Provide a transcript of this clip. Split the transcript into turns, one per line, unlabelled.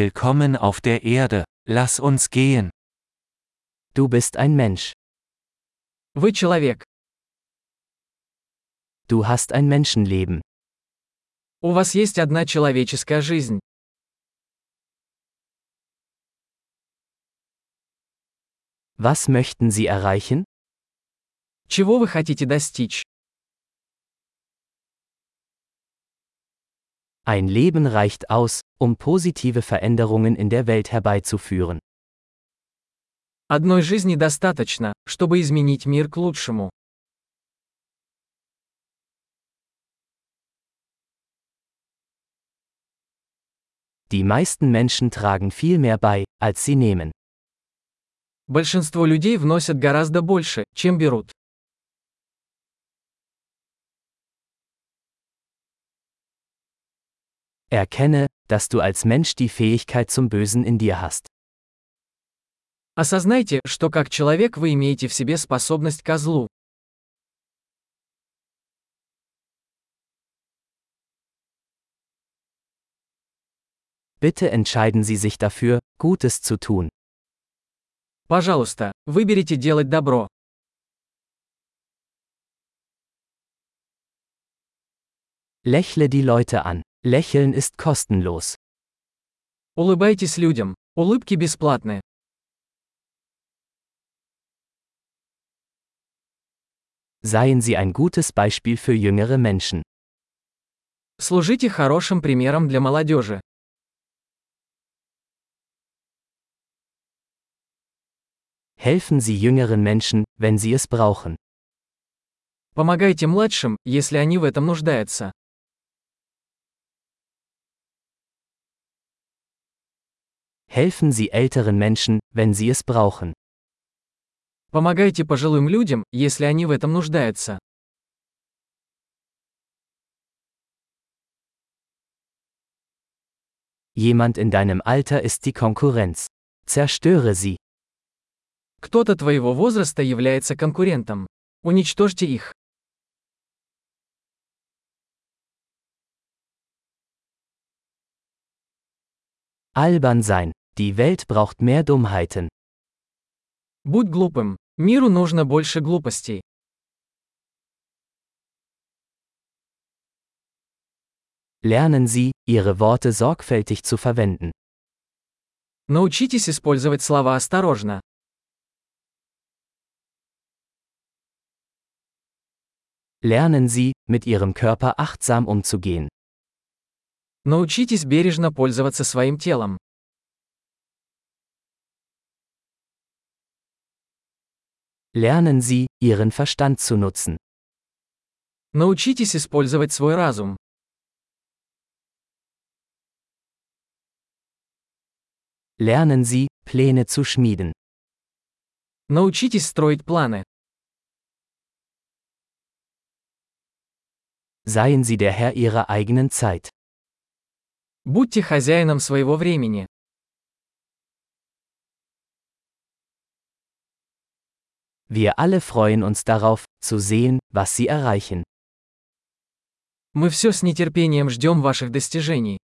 Willkommen auf der Erde, lass uns gehen.
Du bist ein Mensch.
Вы человек.
Du hast ein Menschenleben.
У вас есть одна человеческая жизнь.
Was möchten Sie erreichen?
Чего вы хотите достичь?
Ein Leben reicht aus, um positive Veränderungen in der Welt herbeizuführen.
Одной жизни достаточно, чтобы изменить мир к лучшему.
Die meisten Menschen tragen viel mehr bei, als sie nehmen.
Большинство людей вносят гораздо больше, чем берут.
Erkenne, dass du als Mensch die Fähigkeit zum Bösen in dir hast.
Осознайте, что как человек вы имеете в себе способность ко злу.
Bitte entscheiden Sie sich dafür, Gutes zu tun.
Пожалуйста, выберите делать добро.
Lächle die Leute an. Lächeln ist kostenlos.
Улыбайтесь людям. Улыбки бесплатны.
Seien Sie ein gutes Beispiel für jüngere Menschen.
Служите хорошим примером для молодежи.
Helfen Sie jüngeren Menschen, wenn sie es brauchen.
Помогайте младшим, если они в этом нуждаются.
Helfen Sie älteren Menschen, wenn sie es brauchen.
Помогайте пожилым людям, если они в этом нуждаются.
Jemand in deinem Alter ist die Konkurrenz. Zerstöre sie.
Кто-то твоего возраста является конкурентом. Уничтожьте их.
Albern sein. Die Welt braucht mehr Dummheiten.
Будь глупым. Миру нужно больше глупостей.
Lernen Sie, Ihre Worte sorgfältig zu verwenden.
Научитесь использовать слова осторожно.
Lernen Sie, mit Ihrem Körper achtsam umzugehen.
Научитесь бережно пользоваться своим телом.
Lernen Sie, Ihren Verstand zu nutzen.
Научитесь использовать свой разум.
Lernen Sie, Pläne zu schmieden.
Научитесь строить планы.
Seien Sie der Herr Ihrer eigenen Zeit.
Будьте хозяином своего времени.
Wir alle freuen uns darauf, zu sehen, was Sie erreichen.
Мы все с нетерпением ждем ваших достижений.